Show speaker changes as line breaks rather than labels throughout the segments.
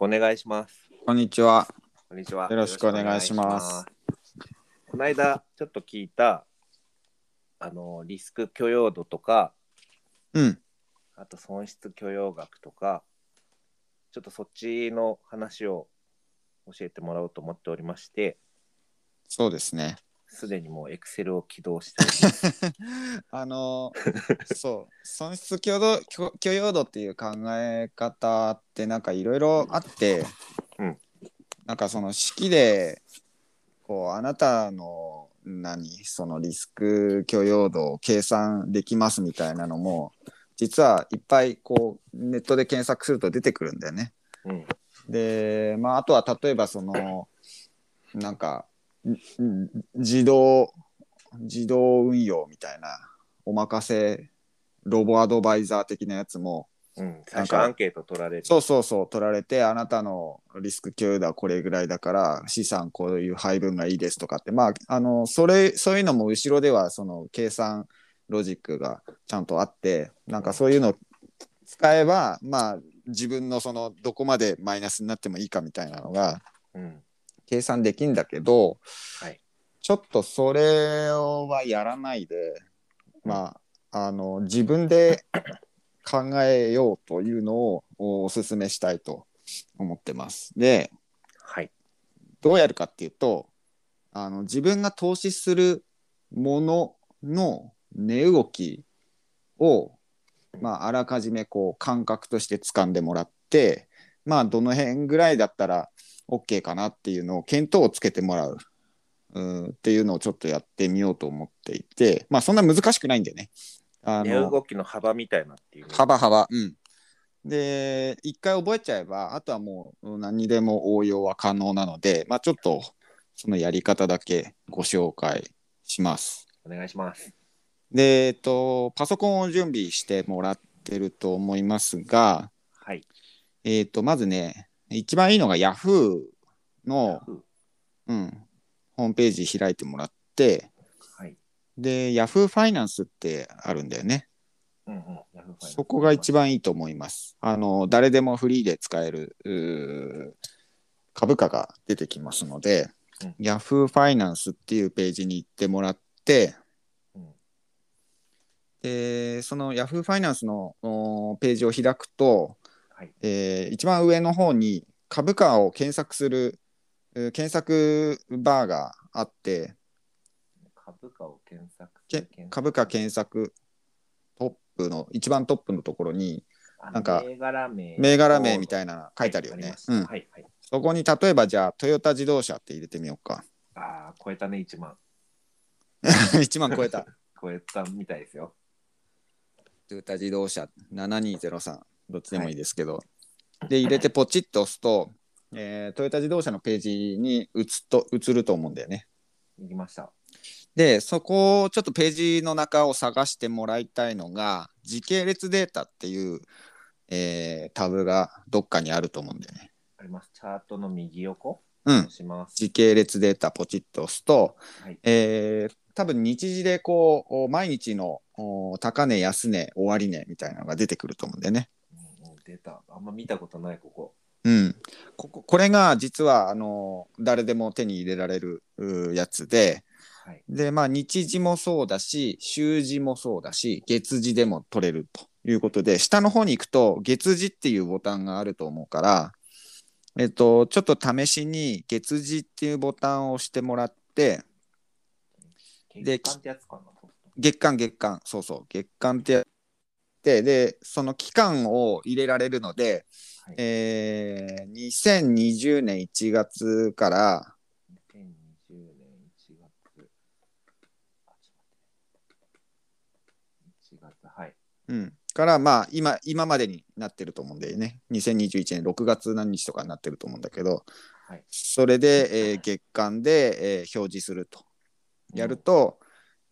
お願いします。
こんにちは。
こんにちは。
よろしくお願いします
よろしくお願いします。この間、ちょっと聞いた、あの、リスク許容度とか、
うん。
あと損失許容額とか、ちょっとそっちの話を教えてもらおうと思っておりまして、
そうですね。
すでにもう Excel を起動しております
あのーそう損失許容許許容度っていう考え方ってなんかいろいろあって、
うん
なんかその式でこうあなたの何そのリスク許容度を計算できますみたいなのも実はいっぱいこうネットで検索すると出てくるんだよね。
うん。
で、まあ、あとは例えばそのなんかんん自動自動運用みたいなお任せロボアドバイザー的なやつも
うん、最初アンケート取られる。
そうそうそう取られてあなたのリスク共有度はこれぐらいだから資産こういう配分がいいですとかってまああのそれそういうのも後ろではその計算ロジックがちゃんとあってなんかそういうのを使えばまあ自分のそのどこまでマイナスになってもいいかみたいなのが
うん。
計算できんだけど、
はい
ちょっとそれをはやらないで、まあ、あの自分で考えようというのをおお勧めしたいと思ってます。で
はい。
どうやるかっていうとあの自分が投資するものの値動きを、まあ、あらかじめこう感覚として掴んでもらって、まあ、どの辺ぐらいだったら OK かなっていうのを見当をつけてもらう。うんっていうのをちょっとやってみようと思っていてまあそんな難しくないんだよね。あ
値動きの幅みたいなっていう。
幅幅うんで一回覚えちゃえばあとはもううん何にでも応用は可能なのでまあちょっとそのやり方だけご紹介します
お願いします。
でえっとパソコンを準備してもらってると思いますが
はい。
えっとまずね一番いいのが Yahoo の、うん、ホームページ開いてもらって
はい。
で Yahoo ファイナンスってあるんだよね
うんうん。ヤフーファイナンス
そこが一番いいと思います。あの誰でもフリーで使えるうー株価が出てきますので、
うん
Yahoo ファイナンスっていうページに行ってもらって、
うん
でその Yahoo ファイナンスのおーページを開くと、
はい。
えー一番上の方に株価を検索するうー検索バーがあって、
株価を検索す
け
る検索
株価検索トップの一番トップのところに
あ
なんか
銘柄名
銘柄名み
い
たいなの書いてあるよね。う
は
ん
い、はい。
そこに例えばじゃあトヨタ自動車って入れてみようか。
ああ、超えたね、1万。
1万超えた。
超えたみたいですよ。
トヨタ自動車7203どっちでもいいですけど。で入れてポチッと押すと、えートヨタ自動車のページに移っと移ると思うんだよね。
いきました。
でそこをちょっとページの中を探してもらいたいのが時系列データっていう、えータブがどっかにあると思うんだよね。
あります。チャートの右横。
うん
押、します。
時系列データポチッと押すと、
はい
えー多分日時でこうお毎日のお高値安値終値みたいなのが出てくると思うんでね。
うんうん、出た。あんま見たことない、ここ。
うん、こここれが実はあの誰でも手に入れられるうーやつで
はい。
で、まあ、日時もそうだし週時もそうだし月時でも取れるということで下の方に行くと月時っていうボタンがあると思うから、えっと、ちょっと試しに月時っていうボタンを押してもらって、で
月間ってやつかな。
月間月間そうそう月間ってやってでその期間を入れられるので、
はい
えー2020年1月から
2020年1月。あ、ちょっと待って。1月、はい。
うんからまあ今今までになってると思うんだよね2021年6月何日とかになってると思うんだけど
はい。
それで、えー月間で、えー表示するとやると、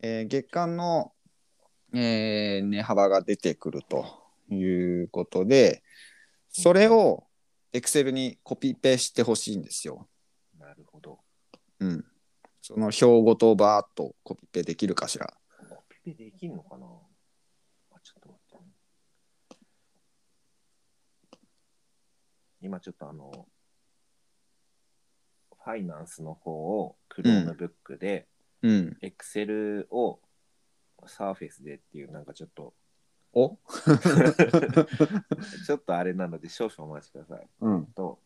えー月間の、えー値幅が出てくるということでそれを Excel にコピペしてほしいんですよ。
うん。なるほど。
うん、その表ごとバーっとコピペできるかしら。
コピペできんのかなあ、ちょっと待ってね。今ちょっとあの、ファイナンスの方を Chromebook で、
うん。
Excel を Surface でっていう、なんかちょっ と、
お
ちょっとあれなので少々お待ちください。
うん。
と、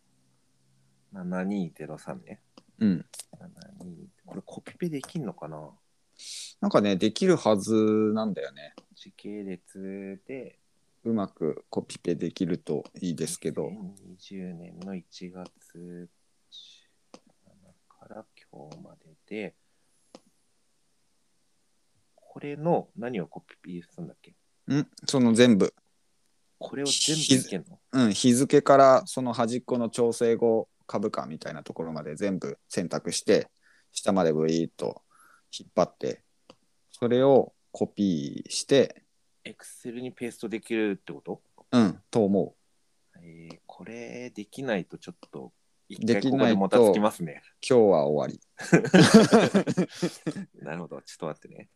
7203ね。
うん。
72これコピペできんのかな
なんかね、できるはずなんだよね。
時系列で、
うまくコピペできるといいですけど。
2020年の1月17から今日までで、これの何をコピペしたんだっけ
んその全部。
これを全部いけんの
うん。日付からその端っこの調整後株価みたいなところまで全部選択して、下までブイーッと引っ張って、それをコピーして、
?Excel にペーストできるってこと
うん、と思う。
えーこれできないとちょっと、一
で
回
き
こ
ないと
こでもたつきますね。
今日は終わり。
なるほど、ちょっと待ってね。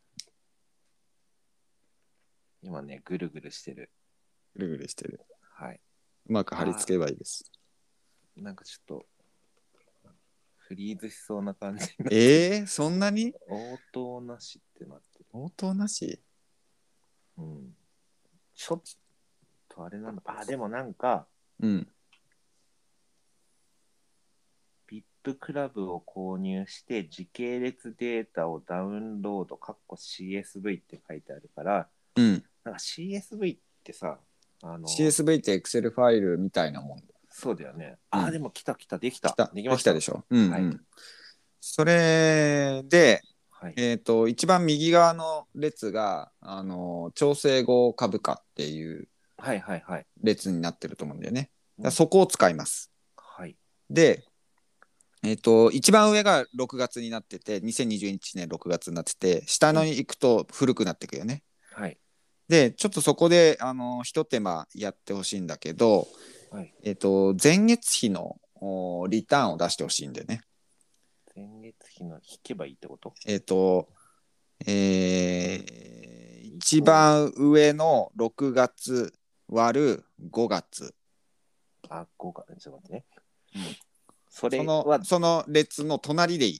今ね、ぐるぐるしてる。
ぐるぐるしてる。
はい。
うまく貼り付ければいいです。
なんかちょっと、フリーズしそうな感じにな
えー、そんなに
応答なしってなってる。
応答なし
うん。ちょっとあれなんだ。あ、でもなんか、
うん。
VIP クラブを購入して、時系列データをダウンロード、かっこ CSV って書いてあるから、
うん。
なんか CSV ってさ、あの、
CSV って Excel ファイルみたいなもん。
そうだよね。
う
あ、
ん
でも来た来た、できた。
来た
で
で
き
き
ま
ま
し
したたでしょ。うん、うん
はい
それで、
はい。
えー、と一番右側の列があの調整後株価っていう
はいはいはい。
列になってると思うんだよね。だか
う
ら
ん
そこを使います。
はい。
で、えー、と一番上が6月になってて2021年6月になってて下のに行くと古くなってくよね。
はい。
でちょっとそこであのひと手間やってほしいんだけど、
はい
えっと前月比のおリターンを出してほしいんだよね。
前月比の引けばいいってこと
えっ、と、えー、一番上の6月割る5月。
あ、5か。ちょっと待ってね。
うん
それ
そ
は
の、その列の隣でいい。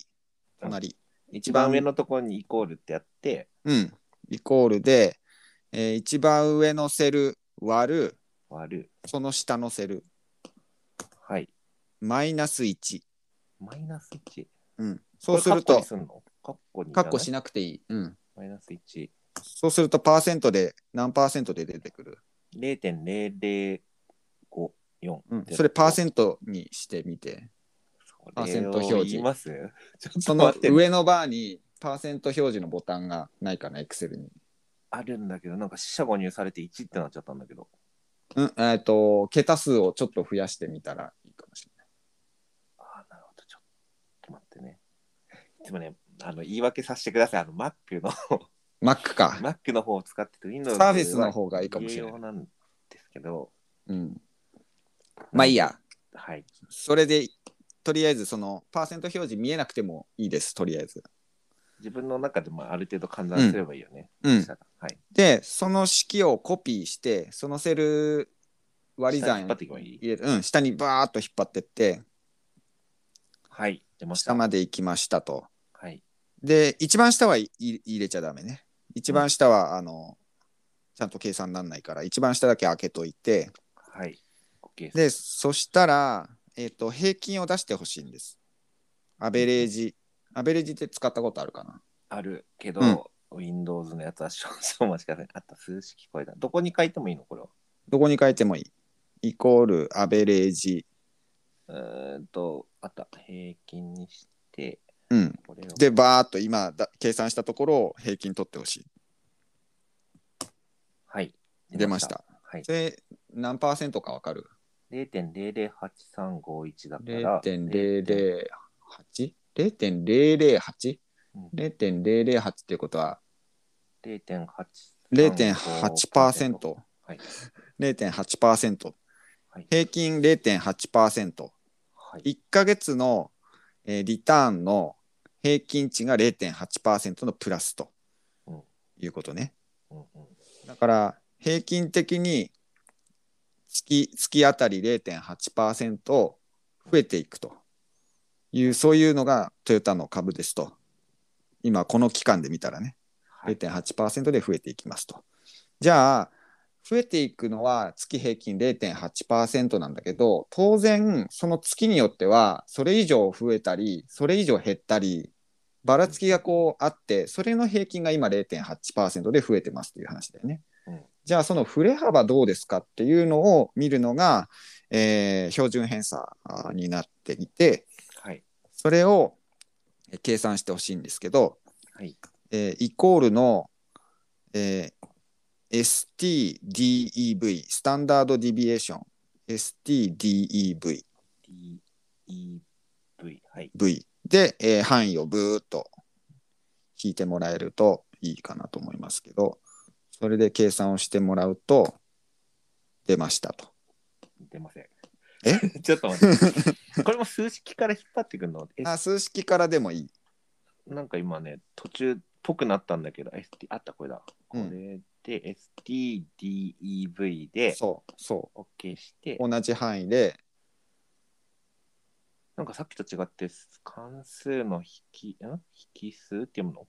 隣。
一番上のところにイコールってやって、
うん。イコールで、えー一番上のセル割る、
割る。
その下のセル、
はい。
マイナス1。
マイナス1。
うん。そうする
こ
と、
れカッコに
カッコし
な
なくていい。うん。
マイナス1。
そうすると、パーセントで、何パーセントで出てくる。
0.0054。
うん。それ、パーセ
ント。
ントにしてみて。
パ
パ
ー
ー
セ
セ
ント
ント
表
表
示。
示
言いますちょっ
そ
と
の
待って、
上のバーにパーセント表示のボタンがないかな、エクセルに。
あるんだけど、なんか四捨五入されて1ってなっちゃったんだけど。
うん、えっ、と、桁数をちょっと増やしてみたらいいかもしれない。
あーなるほど。ちょっと待ってね。いつもね、あの言い訳させてください。あの Mac の
Mac か。
Mac の方を使ってて Windows
サーフェスの方がいいかもしれない
は家用なんですけど、
うん。まあいいや。
はい。
それで、とりあえずそのパーセント表示見えなくてもいいです、とりあえず。
自分の中でもある程度換算すればいいよね。
う
そし
ん
た。らはい。
で、その式をコピーして、そのセル割り
下に引
算
っ張っていけばいい
入れる。うん、下にバーっと引っ張ってって、
はい。出ました。
下まで行きましたと。
はい。
で、一番下はいい入れちゃダメね。一番下は、あの、ちゃんと計算になんないから、一番下だけ開けといて、
はい。OK です。
で、そしたら、えっ、と、平均を出してほしいんです。アベレージ。アベレージって使ったことあるかな
あるけど、
うん
Windows のやつは少々お待ちください。あった、数式超えた。どこに書いてもいいのこれは。
どこに変えてもいい。イコールアベレージ。
うーんと、あった。平均にして、
うん。
これを。
で、バーっと今だ計算したところを平均取ってほしい。
はい。
出まし。た。
はい。
で、何パーセントかわかる
0.008351だから。
0.008?0.008?
うん
0.008っていうことは
0.8
0.8%0.8%、
はい。はい
平均0.8%、
はい。
1ヶ月の、えーリターンの平均値が0.8%のプラスと
うん
いうことね。
うんうん
だから平均的に月月当たり0.8%増えていくというそういうのがトヨタの株ですと今この期間で見たらね
はい。
0.8%で増えていきますと。じゃあ増えていくのは月平均0.8%なんだけど当然その月によってはそれ以上増えたりそれ以上減ったりばらつきがこうあってそれの平均が今0.8%で増えてますっていう話だよね。
うん
じゃあその振れ幅どうですかっていうのを見るのが、えー標準偏差あーになっていて
はい。
それをえー計算してほしいんですけど、
はい。
えーイコールの、えー STDEV、スタンダードディビエーション、STDEV
DEV。はい。
V で、えー範囲をブーっと引いてもらえるといいかなと思いますけど、それで計算をしてもらうと、出ましたと。
出ません。
え
ちょっと待 って。これも数式から引っ張ってくるのえ
あ数式からでもいい。
なんか今ね、途中っぽくなったんだけど、ST、あった、これだ。こ
うん
れで STDEV で
そう、そ
OK して、
う。同じ範囲で、
なんかさっきと違って、関数の引き、ん引数って読むの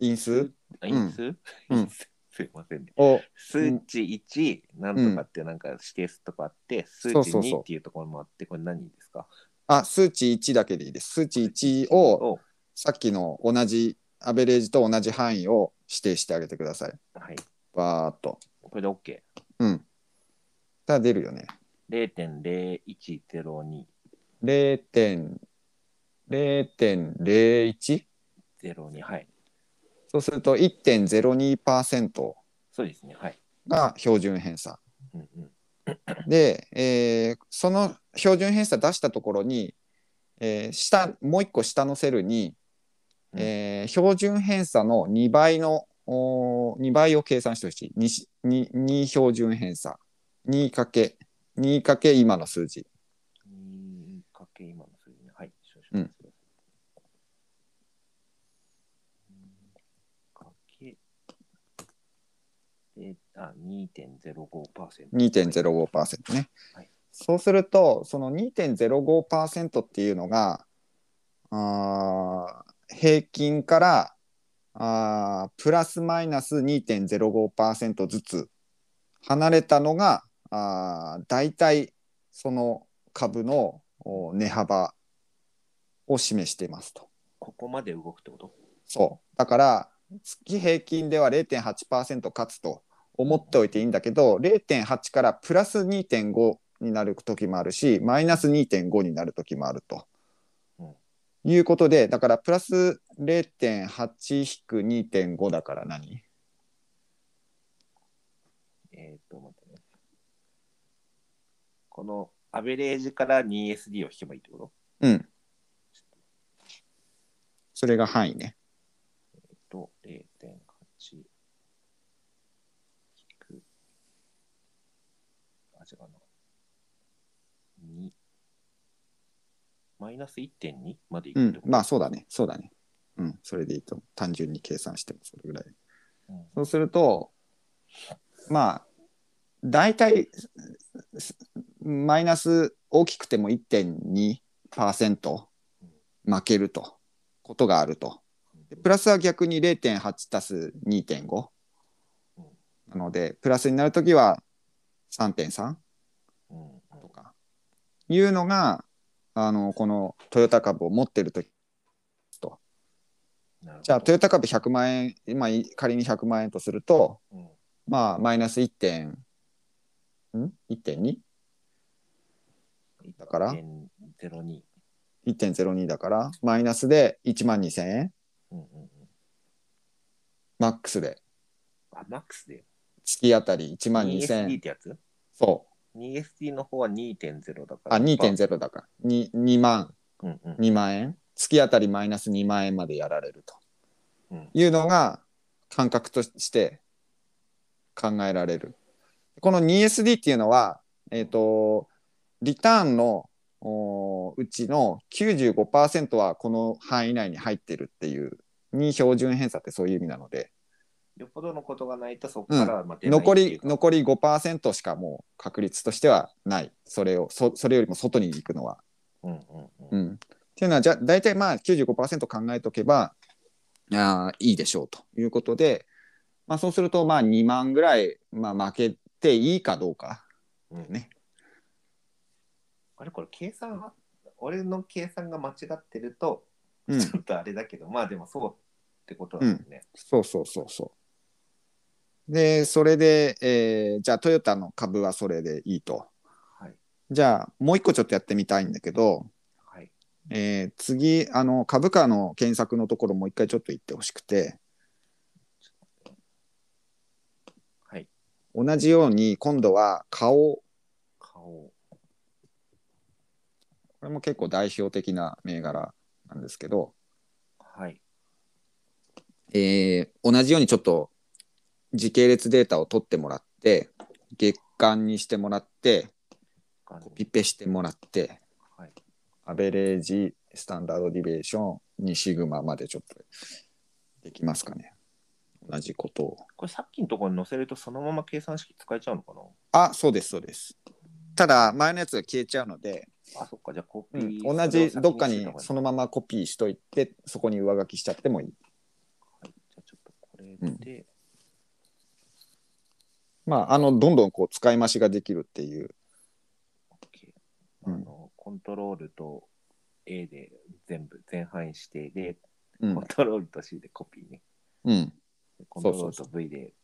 因数
あ
うん
因数、
うん
因数 すいませんね。
を、
数値1、なんとかってなんか指定するとこあって、数
う
値
そうそ
2
う
っていうところもあって、これ何ですか
あ、数値1だけでいいです。数値1を、さっきの同じアベレージと同じ範囲を指定してあげてください。
はい。
バーっと。
これで OK。
うん。ただ出るよね。
0.0102。
0. 0.01?
02はい
そうすると1.02%
そうですねはい、
が標準偏差。
うんうん、
で、えーその標準偏差出したところに、えー下、もう一個下のセルに、
うん
えー標準偏差の2倍の、お2倍を計算してほしい。2し、にに標準偏差。2かけ、2かけ今の数字。
2かけ今の数字ねはい少々
うん
2かけであ2.05%、
2.05%ね
はい。
そうすると、その2.05%っていうのが、あー平均からあープラスマイナス2.05%ずつ離れたのが、あー大体その株のお値幅を示していますと。
ここまで動くってこと
そう。だから、月平均では0.8%勝つと思っておいていいんだけど、0.8からプラス2.5になる時もあるし、マイナス2.5になる時もあると。
うん
いうことで、だからプラス0.8引く2.5だから何
えっ、と待ってねこのアベレージから 2SD を引けばいいってこと
うん。それが範囲ね。
と0.8引く。あ、違うな。2。マイナス1.2までいうくってこ。
ん
と
まあそうだね。そうだね。うん。それでいいと思う。単純に計算してもそれぐらい。
うん
そうすると、まあ、大体、すマイナス大きくても1.2%負けると、ことがあると。でプラスは逆に0.8足す2.5
うん
なので、プラスになるときは3.3
うんうん
とか、いうのが、あの、このトヨタ株を持ってるとき
なるほど
じゃあ、トヨタ株100万円、今、い仮に100万円とすると、
うん
まあ、マイナス1点、ん ?1.2? だから
1.02。
1.02だから、マイナスで1万2000円、
うんうんうん。
マックスで、
あ、マックスで。
月当たり1万
2SD っ
2000、
てやつ
そう、
?2SD の方は2.0だから。
あ、2.0だから、2, 2万、
うんうん。
2万円、月当たりマイナス2万円までやられると
うん
いうのが、感覚として考えられる。この 2SD っていうのは、えっ、と、リターンのおーうちの95%はこの範囲内に入ってるっていう、に標準偏差ってそういう意味なので、
よっぽどのことがないとそこからはまあ出ないって
残
い
り
うか
残り5%しかもう確率としてはないそれをそそれよりも外に行くのは。
うんうんう
うんん、っていうのはじゃあ大体まあ95%考えとけばあーいいでしょうということで、まあ、そうするとまあ2万ぐらい、まあ、負けていいかどうか
うん
ね。
あれこれ計算は俺の計算が間違ってると
うん
ちょっとあれだけど、まあでもそうってことなんだよね。
そうそうそうそう。でそれで、えーじゃあトヨタの株はそれでいいと。
はい
じゃあもう一個ちょっとやってみたいんだけど、
はい
えー次あの株価の検索のところもう一回ちょっと言ってほしくて
はい
同じように今度は顔
顔
これも結構代表的な銘柄なんですけど、
はい
えー同じようにちょっと時系列データを取ってもらって月間にしてもらって
感じ
コピペしてもらって
はい
アベレージスタンダードディベーション2シグマまでちょっとできますかね同じことを
これさっきのところに載せるとそのまま計算式使えちゃうのかな
あそうですそうですただ前のやつが消えちゃうので、
あそっかじゃあコピ
う
ー
ん、、同じどっかにそ
の
のままコピーしといてそこに上書きしちゃってもいい
はい、じゃあちょっとこれで、
まああのどんどんこう使い増しができるっていう
OK あ
うん
のコントロールと A で全部全範囲指定で
うん
コントロールと C でコピーね
うん、
コントロールと V で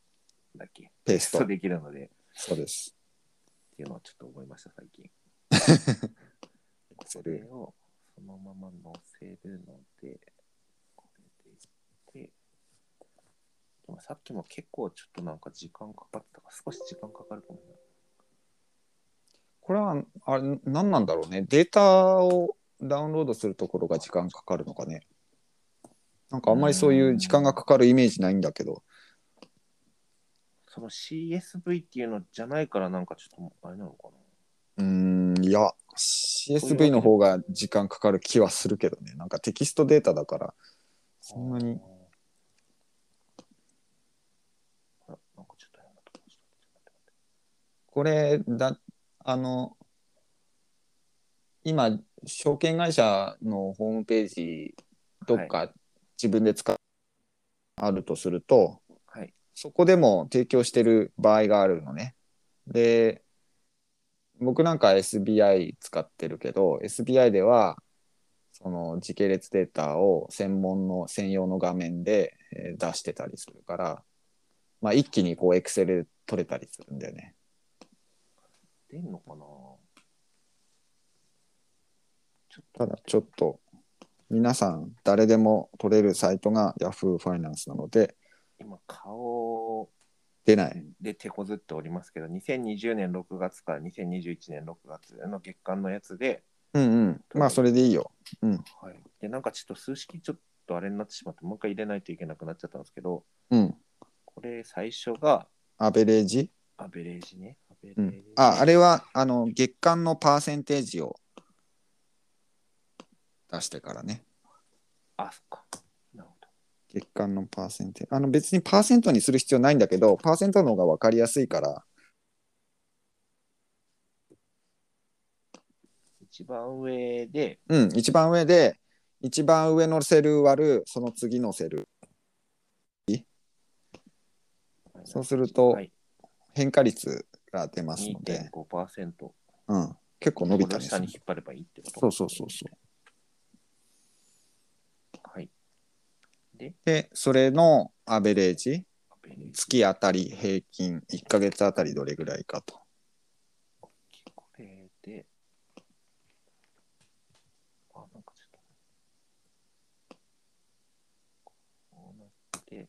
だっけ
ペースト
そうできるのでっ
そうです。
ていうのをちょっと思いました最近
そ
そ
れ
れをそのまま載せるので、これでいって、でもさっきも結構ちょっとなんか時間かかったから、少し時間かかるかも
これはあれ何なんだろうね。データをダウンロードするところが時間かかるのかね。なんかあんまりそういう時間がかかるイメージないんだけど。
な。その CSV っていうのじゃないから、なんかちょっとあれなのか
うーん、いや、CSV の方が時間かかる気はするけどね。なんかテキストデータだから、
な。
そんなに。。
ほら、なんかちょっと変なとこちょっと待って
これだ、あの、今、証券会社のホームページ、どっか自分で使う、あるとすると、
はい。
そこでも提供してる場合があるのね。で、僕なんか SBI 使ってるけど、SBI では、その時系列データを専門の専用の画面でえー出してたりするから、まあ一気にこう Excel で取れたりするんだよね。
出んのかなちょったと
だ
待って
ちょっと、皆さん誰でも取れるサイトが Yahoo ファイナンスなので、
今顔を
出ない。
で手こずっておりますけど、2020年6月から2021年6月の月間のやつで、
うんうん。まあそれでいいよ。
はい、でなんかちょっと数式ちょっとあれになってしまって、もう一回入れないといけなくなっちゃったんですけど、
うん。
これ最初が
アベレージ
アベレージね。アベレ
う
ージ
ん、ああれはあの月間のパーセンテージを出してからね
あ、そっか。なるほど。
月間のパーセンテージあの別にパーセントにする必要ないんだけどパーセントの方が分かりやすいから
一番上で、
うん一番上で一番上のセル割るその次のセルそうすると
はい、
変化率が出ますので、
2.5%。
うん、結構伸びた
の
ね
下に引っ張ればいいってこと
そうそうそうそう
はい。で、
でそれのアベレージ
アベレージ。
月当たり平均1ヶ月当たりどれぐらいかと
これで、あ、なんかちょっと。こうなって、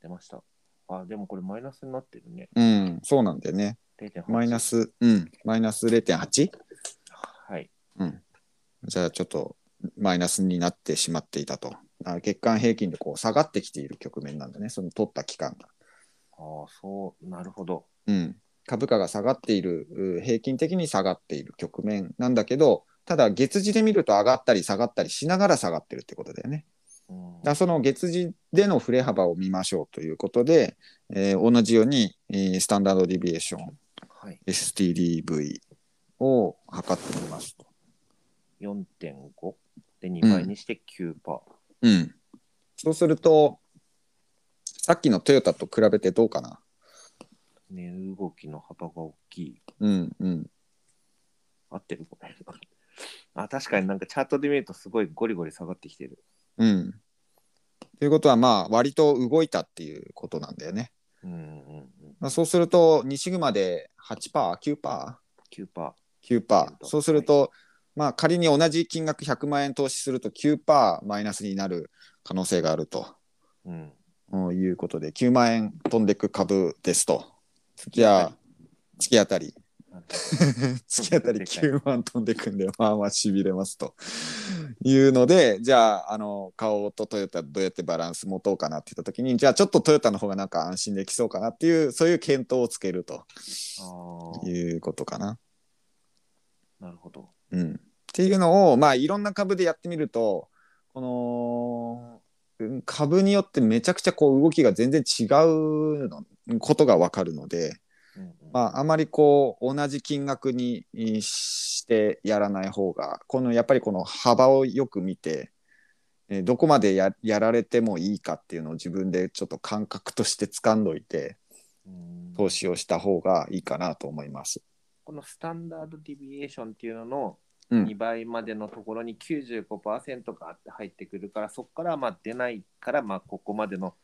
出ました。あ、でもこれマイナスになってるね。
うんそうなんだよね
0.8
マイナ。ス、うん、マイナス 0.8?
はい。
うん。じゃあちょっとマイナスになってしまっていたと。あ月間平均でこう下がってきている局面なんだね、その取った期間が。
ああ、そう、なるほど。
うん。株価が下がっている、う平均的に下がっている局面なんだけど、ただ月次で見ると上がったり下がったりしながら下がってるってことだよね。
うん
だからその月次での振れ幅を見ましょうということで、えー同じように、えースタンダードディビエーション
はい。
STDV を測ってみますと。
4.5で2倍にして9%。パ
うん、そうするとさっきのトヨタと比べてどうかな
ー値動きの幅が大きい。
うんうん
合ってるこれ。 あ、確かになんかチャートで見るとすごいゴリゴリ下がってきてる。
うん。ということはまあ割と動いたっていうことなんだよね。
うんうんうん。
まあ、そうすると2シグマで 8%9%9%
9%。
そうすると、まあ仮に同じ金額100万円投資すると9%マイナスになる可能性があると
うん。
うんいうことで9万円飛んでく株ですと。じゃあ月当たり月当たり9万飛んでくんでまあまあしびれますというのでじゃああの花王とトヨタどうやってバランス持とうかなって言った時にじゃあちょっとトヨタの方がなんか安心できそうかなっていうそういう検討をつけると
ああ、
いうことかな。
なるほど。
うん、っていうのをまあいろんな株でやってみるとこのうん株によってめちゃくちゃこう動きが全然違うのことが分かるので。
うんうん
まあ、あまりこう同じ金額にいしてやらない方がこのやっぱりこの幅をよく見て、えーどこまでややられてもいいかっていうのを自分でちょっと感覚として掴んどいて
うん
投資をした方がいいかなと思います。
このスタンダードディビエーションっていうのの
うん
2倍までのところに95%が入ってくるから、そこからはまあ出ないから、まあ、ここまでの、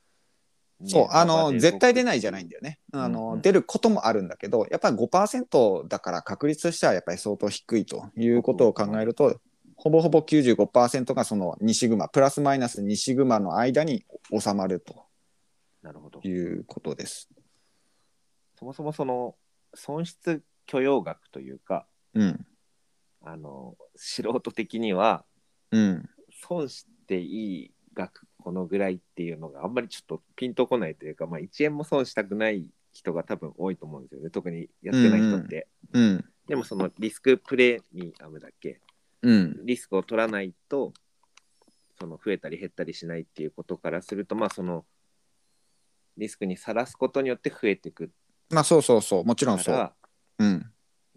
そうあの絶対出ないじゃないん
だ
だよね。あ
うんう
の
ん
出ることもあるんだけどやっぱり5%だから確率としてはやっぱり相当低いということを考えるとほぼほぼ95%がその2シグマプラスマイナス2シグマの間に収まると。
なるほど。
いうことです。
そもそもその損失許容額というか、
うん。
あの素人的には
うん。
損していい額このぐらいっていうのがあんまりちょっとピンとこないというか、まあ、1円も損したくない人が多分多いと思うんですよね特にやってない人って、
うん。
でもそのリスクプレミアムだっけ
うん。
リスクを取らないとその増えたり減ったりしないっていうことからするとまあそのリスクにさらすことによって増えていく
まあそうそうそう。もちろ
か
んそう。
ら
うん。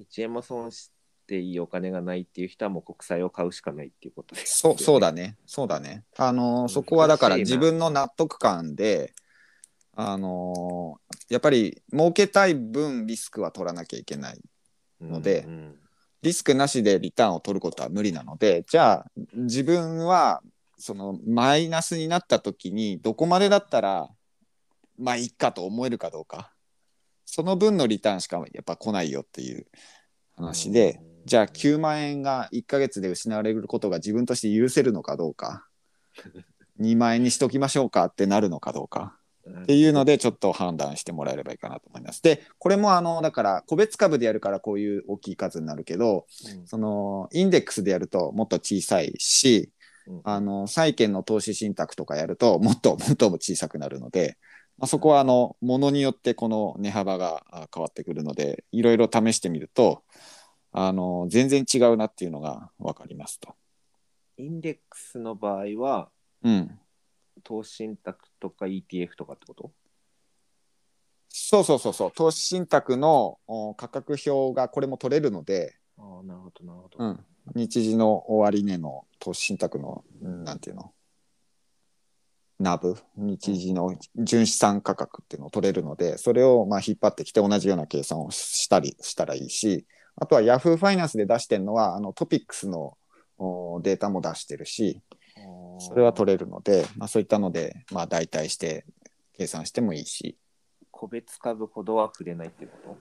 1円も損していいお金がないっていう人はもう国債を買うしかないっていうことです、
そう、そうだね。そうだね。あのーそこはだから
難しいな
自分の納得感で、あのーやっぱり儲けたい分リスクは取らなきゃいけない。ので
うん
リスクなしでリターンを取ることは無理なので、じゃあ自分はそのマイナスになった時にどこまでだったらまあいいかと思えるかどうか、その分のリターンしかやっぱ来ないよっていう話で、
うん
じゃあ9万円が1ヶ月で失われることが自分として許せるのかどうか、2万円にしときましょうかってなるのかどうか。っていうのでちょっと判断してもらえればいいかなと思います。でこれもあのだから個別株でやるからこういう大きい数になるけど
うん
そのインデックスでやるともっと小さいし
うん
あの債券の投資信託とかやるともっと もっと小さくなるので、まあ、そこはあのものによってこの値幅があ変わってくるのでいろいろ試してみるとあの全然違うなっていうのが分かりますと。
インデックスの場合は
うん、
投資信託とか ETF とかってこと
そうそうそうそう投資信託のお価格表がこれも取れるので、
ああなるほどなるほど、
うん、日時の終値の投資信託の、うんなんていうのナブ日時の純資産価格っていうのを取れるのでそれをまあ引っ張ってきて同じような計算をしたりしたらいいしあとは Yahoo ファイナンスで出してるのはあのトピックスのおデータも出してるし
ああ
それは取れるので、まあ、そういったので、まあ、代替して計算してもいいし
個別株ほどは触れないっていうこと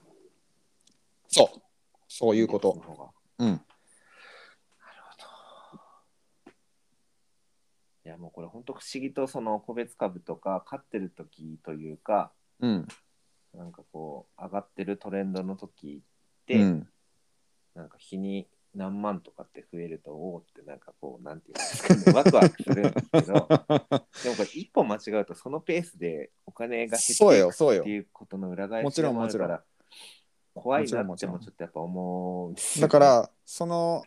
そうそ
と
ういうこと。うん
いやもうこれ本当不思議とその個別株とか勝ってる時というか
うん
なんかこう上がってるトレンドの時って、
うん
なんか日に何万とかって増えるとおおってなんかこうなんていうんですかねワクワクするんですけ どでもこれ一歩間違うとそのペースでお金が減っていく
そうよそうよ
っていうことの裏返
も
し
ちろん
もあるから
も
怖いな
も
っ
ち
て
ろんも
も
ちろん
ちょっとやっぱ思うんですよ
だ
ね
からその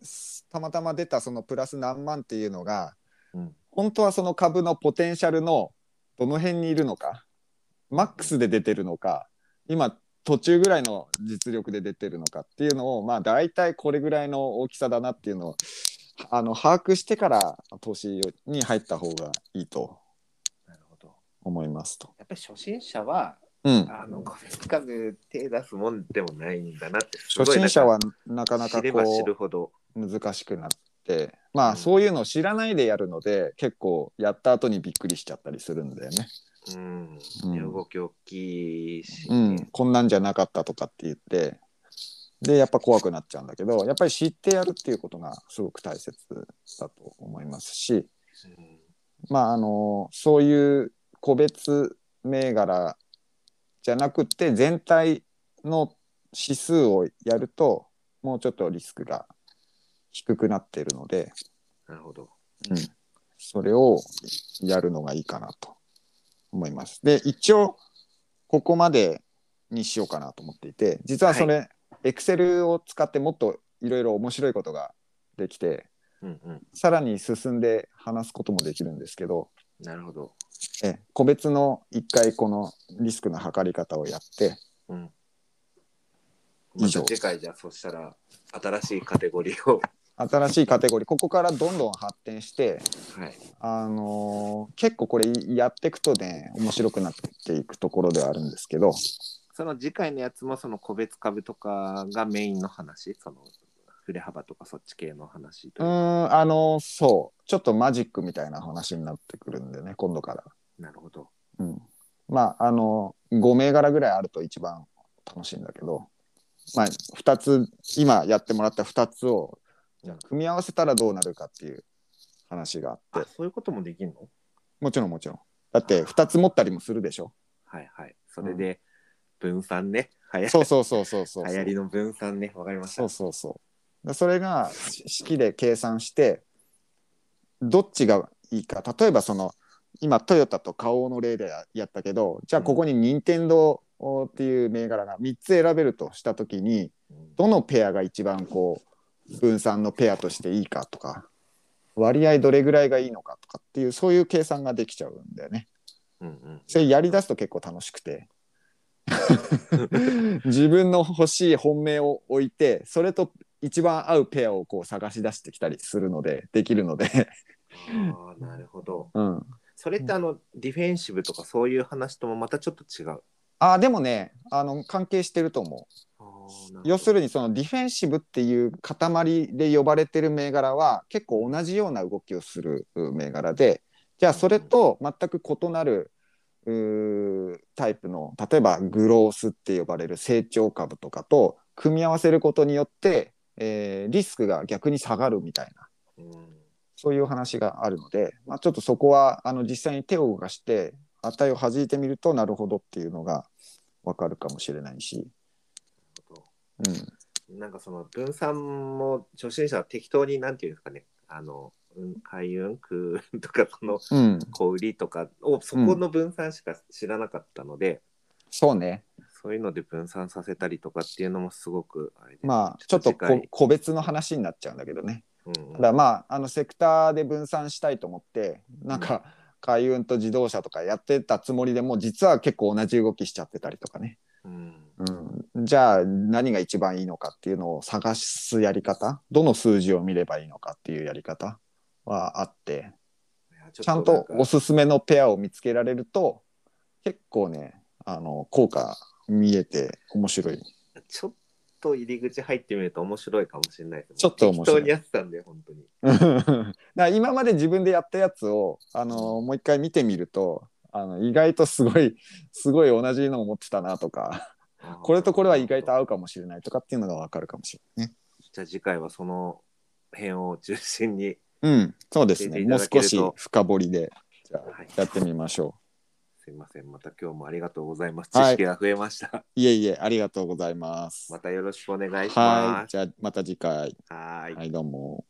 すたまたま出たそのプラス何万っていうのが
うん
本当はその株のポテンシャルのどの辺にいるのかマックスで出てるのか今途中ぐらいの実力で出てるのかっていうのをまあ大体これぐらいの大きさだなっていうのをあの把握してから投資に入った方がいいと
なるほど。
思いますと。
やっぱり初心者は、
うん、
あの、個別株手出すもんでもないんだなって、すごい
初心者はなか
なん
な
か
か
知れば知
こ
るほど。
う難しくなって
うん
まあそういうのを知らないでやるので結構やった後にびっくりしちゃったりするんだよね。
うん。
うん
いや動き大きいし。
うん、こんなんじゃなかったとかって言ってでやっぱ怖くなっちゃうんだけどやっぱり知ってやるっていうことがすごく大切だと思いますし
うん
まああのそういう個別銘柄じゃなくて全体の指数をやるともうちょっとリスクが低くなっているので
なるほど。
それをやるのがいいかなと思います。で一応ここまでにしようかなと思っていて実はそれ、Excel を使ってもっといろいろ面白いことができて
うんうん。
さらに進んで話すこともできるんですけど
なるほど。
え個別の一回このリスクの測り方をやって
うん。
以
ま
上
た次回じゃあそしたら新しいカテゴリーを。
新しいカテゴリーここからどんどん発展して、
はい。
あのー結構これやっていくとね面白くなっていくところではあるんですけど
その次回のやつもその個別株とかがメインの話、その振れ幅とかそっち系の話
う
と
ー
いうん
あのーそうちょっとマジックみたいな話になってくるんでね今度から、
なるほど。
うん、まああのー5銘柄ぐらいあると一番楽しいんだけど、まあ、2つ今やってもらった2つをじゃあ組み合わせたらどうなるかっていう話があっ
あ
て、
そういうこともできるの
もちろんもちろんだって2つ持ったりもするでしょ
はいはい。それで分散ね。はや
そうそうそうそうそう
流行りの分散ね。わかりまし
そ
た
う。そうそうだそれがし式で計算してどっちがいいか例えばその今トヨタと花王の例でややったけどじゃあここに任天堂っていう銘柄が3つ選べるとした時に
うん
どのペアが一番こう分散のペアとしていいかとか割合どれぐらいがいいのかとかっていうそういう計算ができちゃうんだよね。
うん
それやりだすと結構楽しくて自分の欲しい本命を置いてそれと一番合うペアをこう探し出してきたりするのでできるので、
うん。ああ、なるほど。
うん、
それってあの、ディフェンシブとかそういう話ともまたちょっと違う。
あでもねあの関係してると思う要す
る
るにそのディフェンシブっていう塊で呼ばれてる銘柄は結構同じような動きをするう銘柄でじゃあそれと全く異なるうータイプの例えばグロースって呼ばれる成長株とかと組み合わせることによって、えーリスクが逆に下がるみたいな
に、うん
そういう話があるので、まあ、ちょっとそこはあの実際に手を動かして値を弾いてみるとなるほどっていうのが分かるかもしれないし。うん
なんかその分散も初心者は適当になんていうんですかねあのうん開運空運とかその
うん、
小売りとかをそこの分散しか知らなかったので、
そうね
そういうので分散させたりとかっていうのもすごくあれですね
まあちょっと
次
こ
回
個別の話になっちゃうんだけどね。
うん
ただまああのセクターで分散したいと思ってなんか海運と自動車とかやってたつもりでも実は結構同じ動きしちゃってたりとかね。
うん
うん、じゃあ何が一番いいのかっていうのを探すやり方どの数字を見ればいいのかっていうやり方はあって
いや
ち
ょ
ゃ
っ
んと
な
お
か
すすめのペアを見つけられると結構ねあの効果見えて面白い。
ちょっと入り口入ってみると面白いかもしれないですね
ちょっと面白
適当
い
にやってたんで本当に
うんだから今まで自分でやったやつを、あのもう一回見てみるとあの意外とすごいすごい同じのを持ってたなとかこれとこれは意外と
あー
合うかもしれないとかっていうのが分かるかもしれないね。
じゃあ次回はその辺を中心に
うん、そうですねもう少
教えていただ
し
けると
深掘りでじゃあ
はい
やってみましょ
すいません、また今日もありがとうございます。知
はい
識が増えました。
う。いえいえありがとうございます。
またよろしくお願いし
は
ま
い
す。
じゃあまた次回
はーい。
はいどうも。